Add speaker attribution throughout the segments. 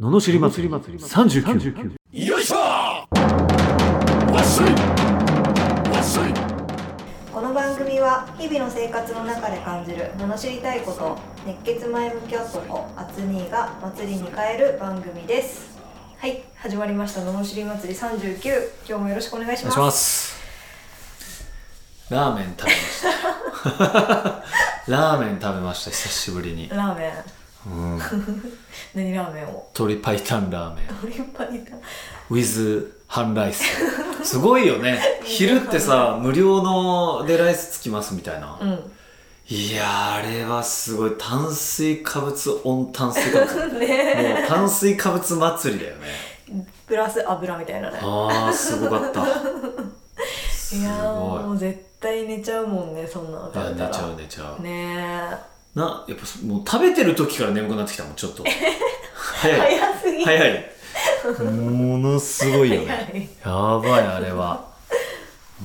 Speaker 1: ののしり祭り39
Speaker 2: よいしょわっしょいわっしょい
Speaker 3: この番組は日々の生活の中で感じる罵りたいこと熱血前向き男アツニーが祭りに変える番組ですはい始まりました罵り祭り39今日もよろしくお願いし
Speaker 2: お願
Speaker 3: ま
Speaker 2: い
Speaker 3: す
Speaker 2: しますラーメン食べましたラーメン食べました久しぶりに、
Speaker 3: ラーメン
Speaker 2: うん、
Speaker 3: 何ラーメンを
Speaker 2: 鶏白湯ラーメン
Speaker 3: ドリッパリだ
Speaker 2: with 半ライスすごいよね昼ってさ無料のでライスつきますみたいな、
Speaker 3: う
Speaker 2: いやーあれはすごい炭水化物オン炭水化物も
Speaker 3: んね
Speaker 2: う炭水化物祭りだよね
Speaker 3: プラス油みたいなね
Speaker 2: あーすごかった す
Speaker 3: い
Speaker 2: ごい
Speaker 3: やーもう絶対寝ちゃうもんねそんなの
Speaker 2: いや
Speaker 3: 食べた
Speaker 2: 寝
Speaker 3: ら
Speaker 2: ちゃう寝ちゃう、
Speaker 3: ね
Speaker 2: なやっぱそもう食べてる時から眠くなってきたもんちょ っと
Speaker 3: え
Speaker 2: 早い
Speaker 3: 早すぎる
Speaker 2: 早いものすごいよ
Speaker 3: 早
Speaker 2: ね
Speaker 3: い
Speaker 2: やばいあれは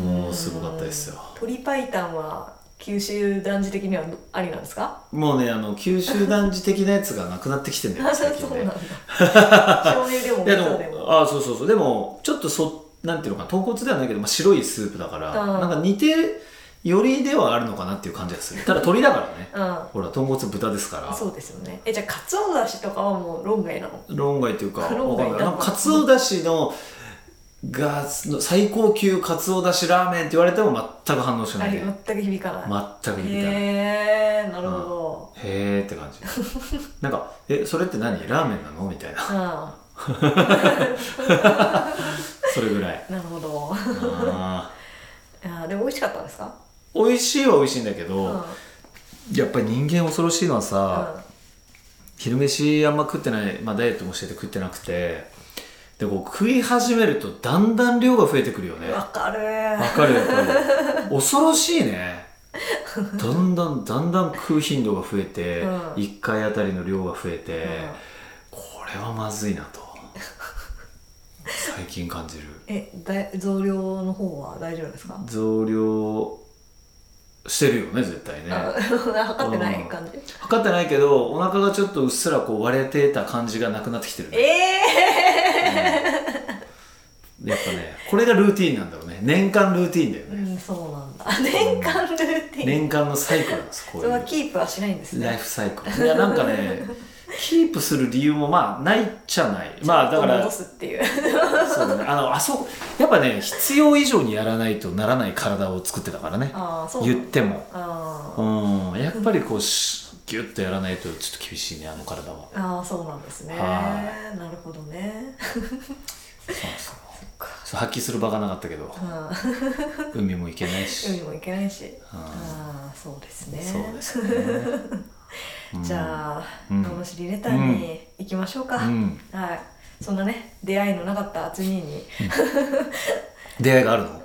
Speaker 2: もうすごかったですよ
Speaker 3: 鳥パイタンは九州男児的にはありなんですか？
Speaker 2: もうねあの九州男児的なやつがなくなってきてんだよ
Speaker 3: あ
Speaker 2: ね
Speaker 3: そ
Speaker 2: 最
Speaker 3: うな
Speaker 2: 近
Speaker 3: ん
Speaker 2: ね
Speaker 3: だ。醤油でも
Speaker 2: いやで
Speaker 3: 味噌でも。
Speaker 2: もあそうそうそうでもちょっとそなんていうのかな豚骨ではないけど、まあ、白いスープだから
Speaker 3: うん
Speaker 2: なんか似てよりではあるのかなっていう感じがするただ鶏だからね
Speaker 3: う
Speaker 2: ほら豚骨豚ですか
Speaker 3: ん、
Speaker 2: ら
Speaker 3: そうですよね。えじゃあカツオだしとかはもう論外なの？
Speaker 2: 論外というかわ
Speaker 3: 論
Speaker 2: か
Speaker 3: 外
Speaker 2: んない
Speaker 3: だ
Speaker 2: なんかかつおだしのがの最高級かつおだしラーメンって言われても全く反応し
Speaker 3: あ
Speaker 2: ない
Speaker 3: れ
Speaker 2: で
Speaker 3: 全く響かない。
Speaker 2: 全く響かないへ
Speaker 3: へえなるほ
Speaker 2: えって感じ なんか「えそれって何ラーメンなの?」みたいな
Speaker 3: ど。う
Speaker 2: それぐらい
Speaker 3: ん、なるほど。
Speaker 2: あ
Speaker 3: あでも美味しかったんですか？
Speaker 2: ー美味しいは美味しいんだけ
Speaker 3: う
Speaker 2: ど、
Speaker 3: ん。うん。
Speaker 2: やっぱり人間恐ろしいのはさ、昼飯あんま食ってない、まあ、ダイエットもしてて食ってなくてでこう食い始めるとだんだん量が増えてくるよね
Speaker 3: わ
Speaker 2: わ
Speaker 3: かる。
Speaker 2: かるわかる恐ろしいねだんだんだんだん食う頻度が増えて、
Speaker 3: うん
Speaker 2: 一1回あたりの量が増えて、
Speaker 3: うん
Speaker 2: これはまずいなと最近感じる
Speaker 3: えだ増量の方は大丈夫ですか？
Speaker 2: 増量してるよね絶対ね
Speaker 3: あ測ってない感じ。
Speaker 2: 測ってないけどお腹がちょっとうっすらこう割れてた感じがなくなってきてるね
Speaker 3: ええ
Speaker 2: やっぱねこれがルーティンなんだろうね年間ルーティンだよ
Speaker 3: う
Speaker 2: ね、
Speaker 3: ん、そうなんだ。年間ルーティン。
Speaker 2: 年間のサイクルなんですこう
Speaker 3: そ
Speaker 2: い
Speaker 3: れは
Speaker 2: う
Speaker 3: キープはしないんです
Speaker 2: ライ
Speaker 3: ね。
Speaker 2: フサイクルいやなんかねキープする理由もまあないっちゃないまあだか
Speaker 3: ちょっと戻
Speaker 2: ら
Speaker 3: すっていう。
Speaker 2: そうだねあのあそこやっぱね必要以上にやらないとならない体を作ってたからね
Speaker 3: ああ、そうなんだ。
Speaker 2: 言っても
Speaker 3: あ
Speaker 2: う
Speaker 3: ー
Speaker 2: んやっぱりこうしギュッとやらないとちょっと厳しいねあの体は
Speaker 3: あー、そうなんですね。
Speaker 2: は
Speaker 3: なるほどね。
Speaker 2: そうそうそう発揮する場がなかったけど
Speaker 3: うん
Speaker 2: 海も行けないし、
Speaker 3: 海も行けないし。
Speaker 2: うん
Speaker 3: ああ、そうですね。
Speaker 2: そうですね、うん
Speaker 3: じゃあ、
Speaker 2: うん
Speaker 3: ののしりレターに行きましょうか。
Speaker 2: うん
Speaker 3: はい。そんなね、出会いのなかった厚みに、
Speaker 2: 出会いがあるの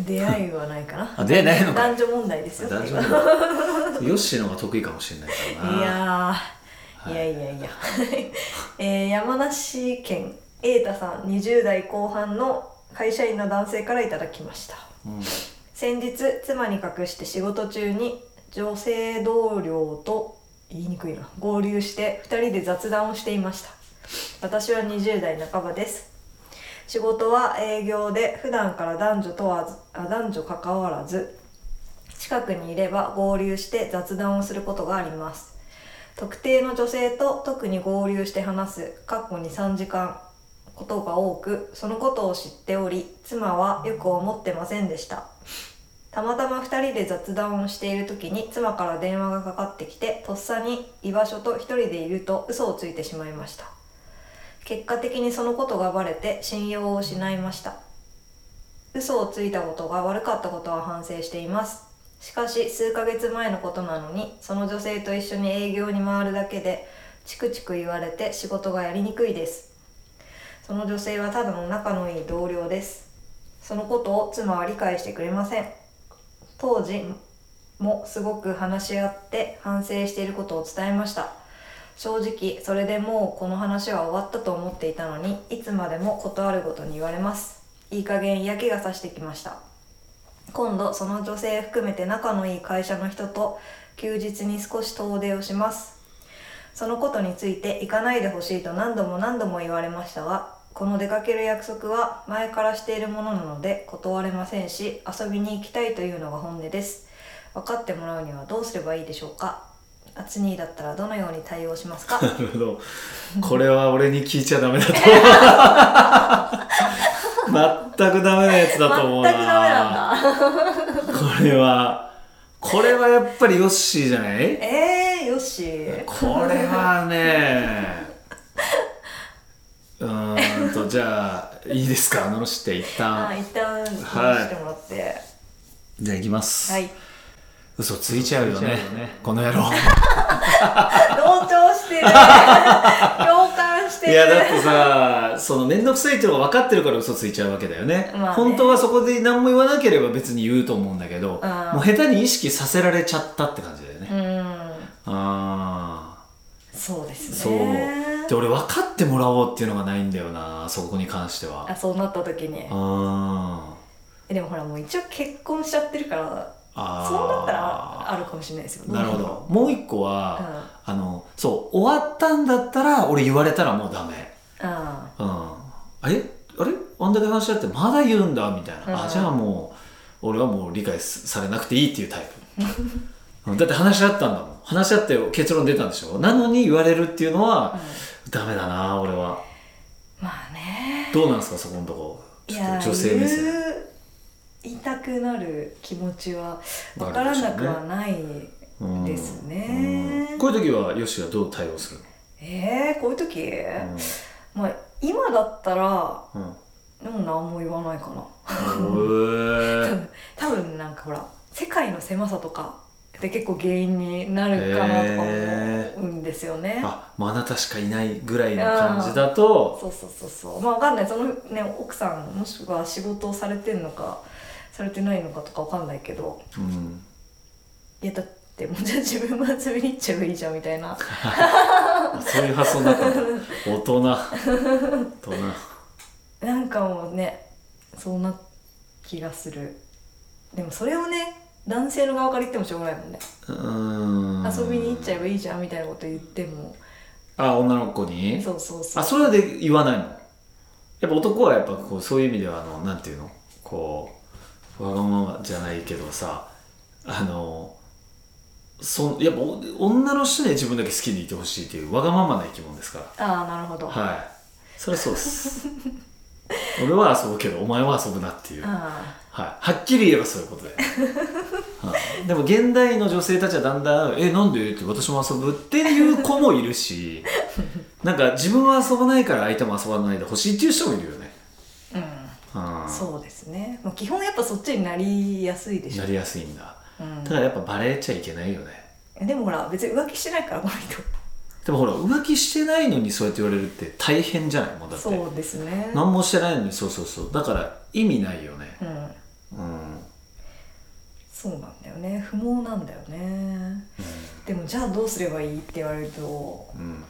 Speaker 3: 出会いはないかな。
Speaker 2: あ出会いないのか
Speaker 3: 男女問題ですよ。
Speaker 2: 大丈
Speaker 3: っていう
Speaker 2: 夫ヨッシーの方が得意かもしれないからない
Speaker 3: や
Speaker 2: は
Speaker 3: ー、
Speaker 2: い
Speaker 3: い、やいやいや、 えー山梨県瑛太さん20代後半の会社員の男性からいただきました
Speaker 2: うん
Speaker 3: 先日妻に隠して仕事中に女性同僚と言いにくいな合流して2人で雑談をしていました私は20代半ばです仕事は営業で普段から男女問わずあ男女関わらず近くにいれば合流して雑談をすることがあります特定の女性と特に合流して話す過去23時間ことが多くそのことを知っており妻はよく思ってませんでしたたまたま2人で雑談をしている時に妻から電話がかかってきてとっさに居場所と1人でいると嘘をついてしまいました結果的にそのことがバレて信用を失いました嘘をついたことが悪かったことは反省していますしかし数ヶ月前のことなのにその女性と一緒に営業に回るだけでチクチク言われて仕事がやりにくいですその女性はただの仲のいい同僚ですそのことを妻は理解してくれません当時もすごく話し合って反省していることを伝えました正直それでもうこの話は終わったと思っていたのにいつまでもことあるごとに言われますいい加減嫌気がさしてきました今度その女性含めて仲のいい会社の人と休日に少し遠出をしますそのことについて行かないでほしいと何度も何度も言われましたがこの出かける約束は前からしているものなので断れませんし遊びに行きたいというのが本音です分かってもらうにはどうすればいいでしょうかアツニーだったらどのように対応しますか
Speaker 2: なるほどこれは俺に聞いちゃダメだと全くダメなやつだと思うな
Speaker 3: 全くダメなんだ
Speaker 2: これはこれはやっぱりヨッシーじゃない
Speaker 3: えー、よし
Speaker 2: これはねうーんとじゃあいいですか罵って一旦、
Speaker 3: あ一旦話してもらってはい、
Speaker 2: じゃあいきます、嘘ついちゃうよね
Speaker 1: 嘘ついちゃうよね
Speaker 2: この野郎
Speaker 3: 同調 してる共感してる
Speaker 2: いやだってさその面倒くさいっていうのが分かってるから嘘ついちゃうわけだよね,、
Speaker 3: まあね
Speaker 2: 本当はそこで何も言わなければ別に言うと思うんだけど、
Speaker 3: うん
Speaker 2: もう下手に意識させられちゃったって感じだよね、
Speaker 3: うん
Speaker 2: あ
Speaker 3: そうです
Speaker 2: あ
Speaker 3: ね
Speaker 2: そうで俺分かってもらおうっていうのがないんだよなそこに関しては
Speaker 3: あそうなった時に
Speaker 2: あ
Speaker 3: えでもほらもう一応結婚しちゃってるから
Speaker 2: ーあー
Speaker 3: そうなったらあるかもしれないですよね
Speaker 2: なるほどもう一個
Speaker 3: うん
Speaker 2: は、あのそう終わったんだったら俺言われたらもうダメ
Speaker 3: うん
Speaker 2: うんあれあれあんだけ話し合ってまだ言うんだみたいな、
Speaker 3: う
Speaker 2: あ
Speaker 3: ん
Speaker 2: じゃあもう俺はもう理解すされなくていいっていうタイプ うんだって話し合ったんだもん話し合って結論出たんでしょなのに言われるっていうのはダメだな俺は
Speaker 3: まあね
Speaker 2: どうなんですかそこのとこ
Speaker 3: い
Speaker 2: ちょっ
Speaker 3: や
Speaker 2: と女性目線
Speaker 3: 言う言いたくなる気持ちは分か
Speaker 2: ある
Speaker 3: ら
Speaker 2: でしょうね
Speaker 3: なくはない
Speaker 2: うん
Speaker 3: ですね
Speaker 2: うんこういう時はよしはどう対応する
Speaker 3: えー、こういう時、
Speaker 2: の、
Speaker 3: まあ今だったら
Speaker 2: うんうん
Speaker 3: でも何も言わないかな
Speaker 2: うえ
Speaker 3: 多分なんかほら世界の狭さとかで結構原因になるかなとか
Speaker 2: へ
Speaker 3: 思うんですよね。
Speaker 2: あまああなたしかいないぐらいの感じだと
Speaker 3: そうそうそうそうまあわかんないそのね奥さんもしくは仕事をされてんのかされてないのかとかわかんないけど
Speaker 2: うん
Speaker 3: いやだってもうじゃあ自分も遊びに行っちゃえばいいじゃんみたいな
Speaker 2: あそういう発想になった んだ大人大人
Speaker 3: なんかもうねそうな気がするでもそれをね男性の側から言ってもしょうがないもんね
Speaker 2: うーん
Speaker 3: 遊びに行っちゃえ
Speaker 2: う
Speaker 3: ばいいじゃんみたいなこと言っても
Speaker 2: あ女の子に
Speaker 3: そうそうそう
Speaker 2: あそれはで言わないのやっぱ男はやっぱこうそういう意味ではあのなんていうのこうわがままじゃないけどさあのそんやっぱお女の人には自分だけ好きでいてほしいっていうわがままな生き物ですから
Speaker 3: ああなるほど、
Speaker 2: はい。それはそう です。俺は遊ぶけど、お前は遊ぶなっていう。はい。
Speaker 3: あ
Speaker 2: はっきり言えばそういうことだ よ、はい。でも現代の女性たちはだんだん、え、なんでって私も遊ぶっていう子もいるし、 なんか自分は遊ばないから相手も遊ばないでほしいっていう人もいるよね。
Speaker 3: あ
Speaker 2: う
Speaker 3: うん
Speaker 2: ん。
Speaker 3: そうですねもう基本やっぱそっちになりやすいでしょ
Speaker 2: な、りやすいんだ。
Speaker 3: うん
Speaker 2: だからやっぱバレちゃいけないよね。
Speaker 3: でもほら別に浮気してないからこの人
Speaker 2: でもほら、浮気してないのにそうやって言われるって大変じゃないもんだって。
Speaker 3: そうですね
Speaker 2: 何もしてないのに、そうそうそう。だから意味ないよね。
Speaker 3: うん
Speaker 2: うん。
Speaker 3: そうなんだよね不毛なんだよねでもじゃあどうすればいいって言われると
Speaker 2: うん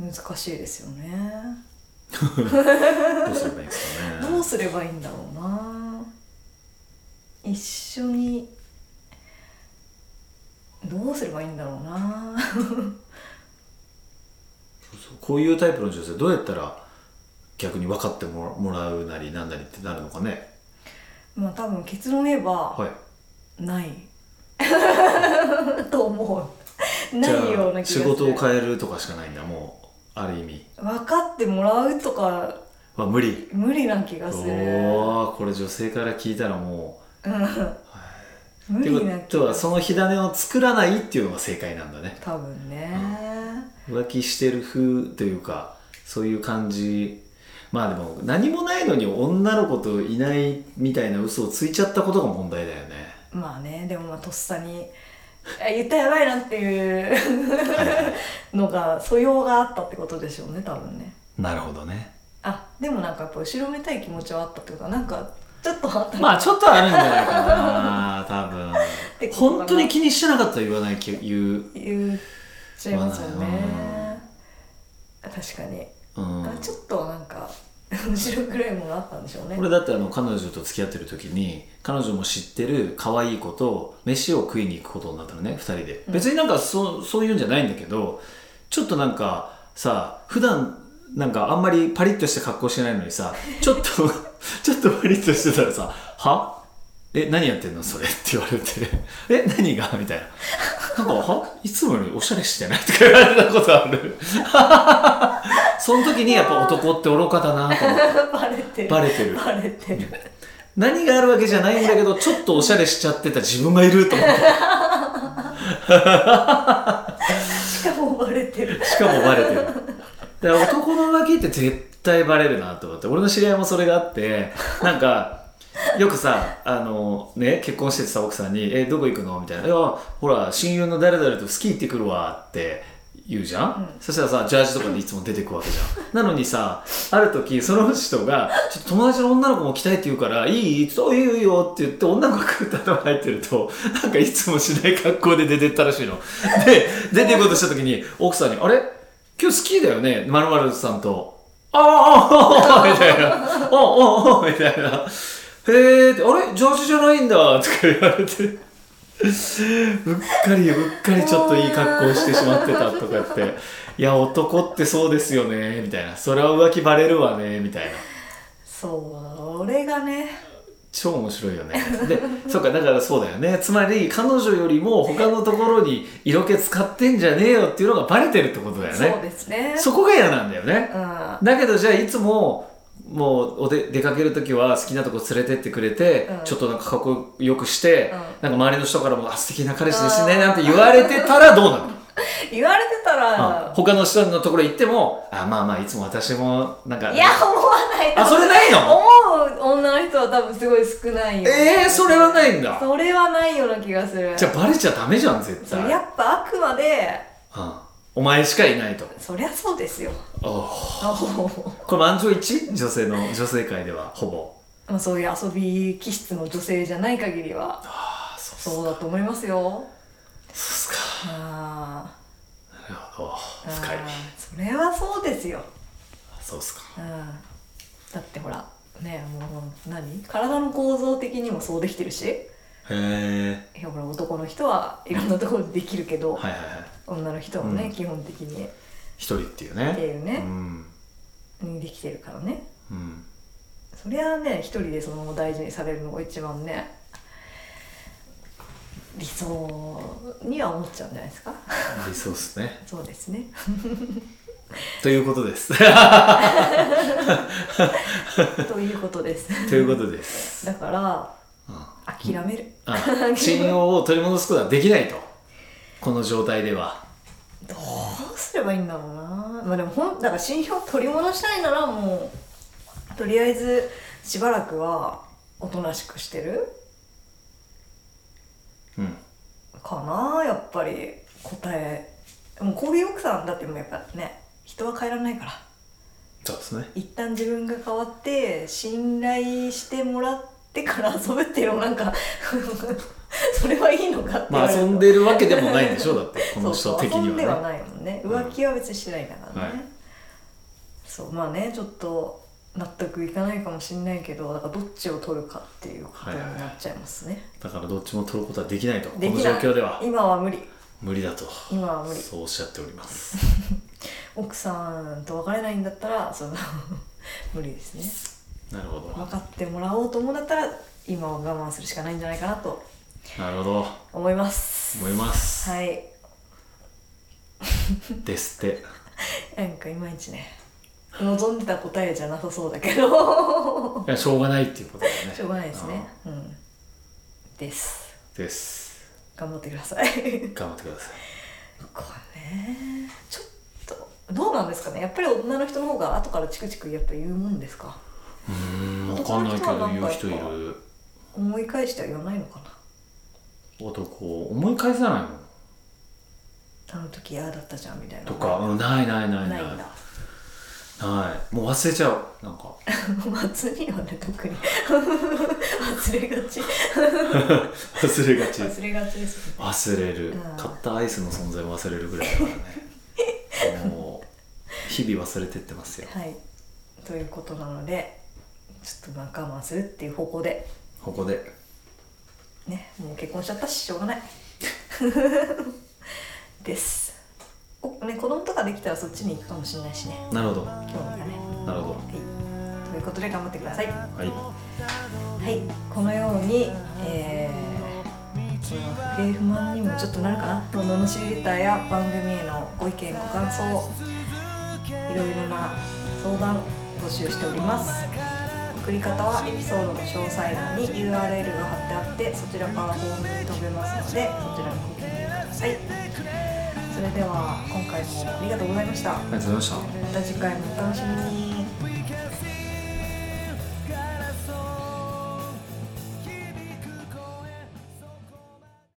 Speaker 3: 難しいですよね
Speaker 2: どうすればいいんですかね。
Speaker 3: どうすればいいんだろうな一緒にどうすればいいんだろうな
Speaker 2: そうこういうタイプの女性どうやったら逆に分かってもらもらうなりなんなりってなるのかね。
Speaker 3: まあ多分結論言えば
Speaker 2: はい。
Speaker 3: ない と思うないような気がす
Speaker 2: じゃ
Speaker 3: る
Speaker 2: あ仕事を変えるとかしかないんだもうある意味
Speaker 3: 分かってもらうとか
Speaker 2: は無理。
Speaker 3: 無理な気がする
Speaker 2: おおこれ女性から聞いたらも
Speaker 3: うん
Speaker 2: う。
Speaker 3: 無
Speaker 2: って
Speaker 3: 理な
Speaker 2: ことはその火種を作らないっていうのが正解なんだね。
Speaker 3: 多分ね、
Speaker 2: 浮気してる風というかそういう感じ。まあでも何もないのに女の子といないみたいな嘘をついちゃったことが問題だよね。
Speaker 3: まあねでもまあとっさにあ言ったらやばいなっていう
Speaker 2: はいはい
Speaker 3: のが素養があったってことでしょうね多分ね
Speaker 2: なるほどね。
Speaker 3: あでもなんかやっぱ後ろめたい気持ちはあったってことはなんかちょっとあ った
Speaker 2: まあち
Speaker 3: ょ
Speaker 2: ょっとあるんじゃないかな 多
Speaker 3: て
Speaker 2: 分
Speaker 3: ことかな
Speaker 2: 本当に気にしてなかったら言わないけ言う、
Speaker 3: 言っちゃいますよね、確かに、
Speaker 2: うん
Speaker 3: あちょっとなんか後ろ暗いものがあったんでしょうね
Speaker 2: 俺だってあの彼女と付き合ってる時に彼女も知ってる可愛い子と飯を食いに行くことになったのね2人で
Speaker 3: うん
Speaker 2: 別になんかそうそういうんじゃないんだけどちょっとなんかさ普段なんかあんまりパリッとした格好してないのに さちょっとちょっとパリッとしてたらさ「はえ何やってんのそれ」って言われて「え何が?」みたいな「なんかはいつもよりおしゃれしてない」とか言われたことあ るその時にやっぱ男って愚かだなと思って
Speaker 3: バレてる
Speaker 2: バレてる
Speaker 3: バレてる
Speaker 2: 何があるわけじゃないんだけどちょっとおしゃれしちゃってた自分がいると思って
Speaker 3: しかもバレてる
Speaker 2: しかもバレてるだから男の浮気って絶対バレるなと思って俺の知り合いもそれがあってなんかよくさあのね結婚してた奥さんに「えどこ行くの?」みたいな「いやほら親友の誰々とスキー行ってくるわ」って言うじゃん、
Speaker 3: うん
Speaker 2: そしたらさジャージとかでいつも出てくわけじゃんなの にさある時その人が「ちょっと友達の女の子も来たい」って言うから「いい?」って言って「おいいよいいよ」って言って女の子が頭入ってると なんかいつもしない格好で出てったらしいので出ていこうとした時に奥さんに「あれ今日スキーだよねまるまるさんと」ああああみたいな「ああああみたいな「へえ」って「あれジャージじゃないんだ」とか言われてうっかりうっかりちょっといい格好をしてしまってたとか言って「いや男ってそうですよね」みたいな「それは浮気バレるわね」みたいな
Speaker 3: そう俺がね
Speaker 2: 超面白いよねでそうかだからそうだよねつまり彼女よりも他のところに色気使ってんじゃねえよっていうのがバレてるってことだよ
Speaker 3: そう
Speaker 2: ね
Speaker 3: ですね
Speaker 2: そこが嫌なんだよね
Speaker 3: うん
Speaker 2: だけどじゃあいつももうおで出かける時は好きなとこ連れてってくれて、
Speaker 3: うん
Speaker 2: ちょっとなんかかっこよくして、
Speaker 3: うん
Speaker 2: なんか周りの人からも「あ素敵な彼氏です
Speaker 3: う
Speaker 2: ね」
Speaker 3: ん
Speaker 2: なんて言われてたらどうなの
Speaker 3: 言われてた
Speaker 2: あ
Speaker 3: ら
Speaker 2: 他の人のところ行っても「あまあまあいつも私もなんか
Speaker 3: いや思わない
Speaker 2: あそれないの
Speaker 3: 思う女の人は多分すごい少ないよ
Speaker 2: えー、それはないんだ
Speaker 3: それはないような気がする
Speaker 2: じゃあバレちゃダメじゃん絶
Speaker 3: そ
Speaker 2: 対
Speaker 3: れやっぱあくまで
Speaker 2: うんお前しかいないと
Speaker 3: そりゃそうですよ
Speaker 2: おう
Speaker 3: も
Speaker 2: これ満場一致女性の女性界ではほぼ
Speaker 3: うまあそういう遊び気質の女性じゃない限りは
Speaker 2: ああそ
Speaker 3: そうだと思いますよ
Speaker 2: うっすか
Speaker 3: あ
Speaker 2: なるほど
Speaker 3: ー
Speaker 2: 深い
Speaker 3: あーそれはそうですよ
Speaker 2: そうっすか
Speaker 3: うんだってほらねもう何体の構造的にもそうできてるし
Speaker 2: へえ
Speaker 3: いやほら男の人はいろんなところでできるけど、
Speaker 2: はいはいはい
Speaker 3: 女の人はね、
Speaker 2: うん
Speaker 3: 基本的にっ
Speaker 2: 一人っていう
Speaker 3: て
Speaker 2: ね
Speaker 3: いう
Speaker 2: う
Speaker 3: ね、
Speaker 2: ん
Speaker 3: にできてるからね
Speaker 2: うん
Speaker 3: そりゃあね一人でそのまま大事にされるのが一番ね理想には思っちゃうんじゃないですか
Speaker 2: 理想っすね
Speaker 3: そうですね
Speaker 2: ということです
Speaker 3: ということです
Speaker 2: ということです
Speaker 3: だから
Speaker 2: うん
Speaker 3: 諦める、
Speaker 2: あ信用を取り戻すことはできないとこの状態では
Speaker 3: どうすればいいんだろうなまあでもほんだから信用取り戻したいならもうとりあえずしばらくはおとなしくしてる
Speaker 2: うん
Speaker 3: かなやっぱり答えもうこういう奥さんだってもうやっぱね人は変えられないから
Speaker 2: そうですね
Speaker 3: 一旦自分が変わって信頼してもらってから遊ぶっていうのもなんか それはいいのかって言
Speaker 2: ま
Speaker 3: わ
Speaker 2: あ
Speaker 3: れる
Speaker 2: 遊
Speaker 3: と
Speaker 2: んでるわけでもないんでしょだ ってこ
Speaker 3: そ
Speaker 2: の
Speaker 3: う
Speaker 2: 人
Speaker 3: そう
Speaker 2: 的
Speaker 3: 遊
Speaker 2: に
Speaker 3: んで
Speaker 2: は
Speaker 3: は
Speaker 2: ね
Speaker 3: ないもんね
Speaker 2: うん
Speaker 3: 浮気は別にしてないからね、
Speaker 2: はい
Speaker 3: そうまあねちょっと納得いかないかもしれないけどだからどっちを取るかっていうことになっちゃいますね、
Speaker 2: だからどっちも取ることはできないとこ
Speaker 3: で
Speaker 2: の
Speaker 3: き
Speaker 2: 状
Speaker 3: ない
Speaker 2: 況では
Speaker 3: 今は無理
Speaker 2: 無理だと
Speaker 3: 今は無理
Speaker 2: そうおっしゃっております
Speaker 3: 奥さんと別れないんだったらその 無理ですね
Speaker 2: なるほ
Speaker 3: 分
Speaker 2: ど
Speaker 3: かってもらおうと思うんだったら今は我慢するしかないんじゃないかなと
Speaker 2: なるほど
Speaker 3: 思います
Speaker 2: 思います、
Speaker 3: はい
Speaker 2: ですって
Speaker 3: なんかいまいちね望んでた答えじゃなさそうだけど
Speaker 2: いやしょうがないっていうことだよね
Speaker 3: しょうがないですねうんです
Speaker 2: うんです
Speaker 3: 頑張ってくだ さい
Speaker 2: 頑張ってください
Speaker 3: これねちょっとどうなんですかねやっぱり女の人の方が後からチクチクやっぱ言うもんですか
Speaker 2: うーん分かんないけど言う人いる
Speaker 3: 思い返しては言わないのかな
Speaker 2: 男を思い返さないもん
Speaker 3: あの時嫌だったじゃんみたいな
Speaker 2: とか、うん、ないないないな
Speaker 3: ない いんだ
Speaker 2: はい、もう忘れちゃうなん か
Speaker 3: 祭りはね特に 忘れがち
Speaker 2: 忘れがち
Speaker 3: 忘れがちですね
Speaker 2: 忘れる
Speaker 3: うん
Speaker 2: 買ったアイスの存在も忘れるぐらいだから ねもう日々忘れてってますよ
Speaker 3: はいということなのでちょっとまあ我慢するっていう方向で
Speaker 2: ここで
Speaker 3: ねもう結婚しちゃったししょうがないですおね、子供とかできたらそっちに行くかもしれないしね
Speaker 2: なるほどな
Speaker 3: 興味がね、は
Speaker 2: るほ
Speaker 3: い、ということで頑張ってくださいは
Speaker 2: どはい
Speaker 3: いこのようにえー不平不満にもちょっとなるかな罵りレターや番組へのご意見ご感想いろいろな相談募集しております送り方はエピソードの詳細欄に URL が貼ってあってそちらからホームに飛べますのでそちらにご記入くださいそれでは今回もありがとうございました
Speaker 2: ありがとうございました
Speaker 3: また次回もお楽しみに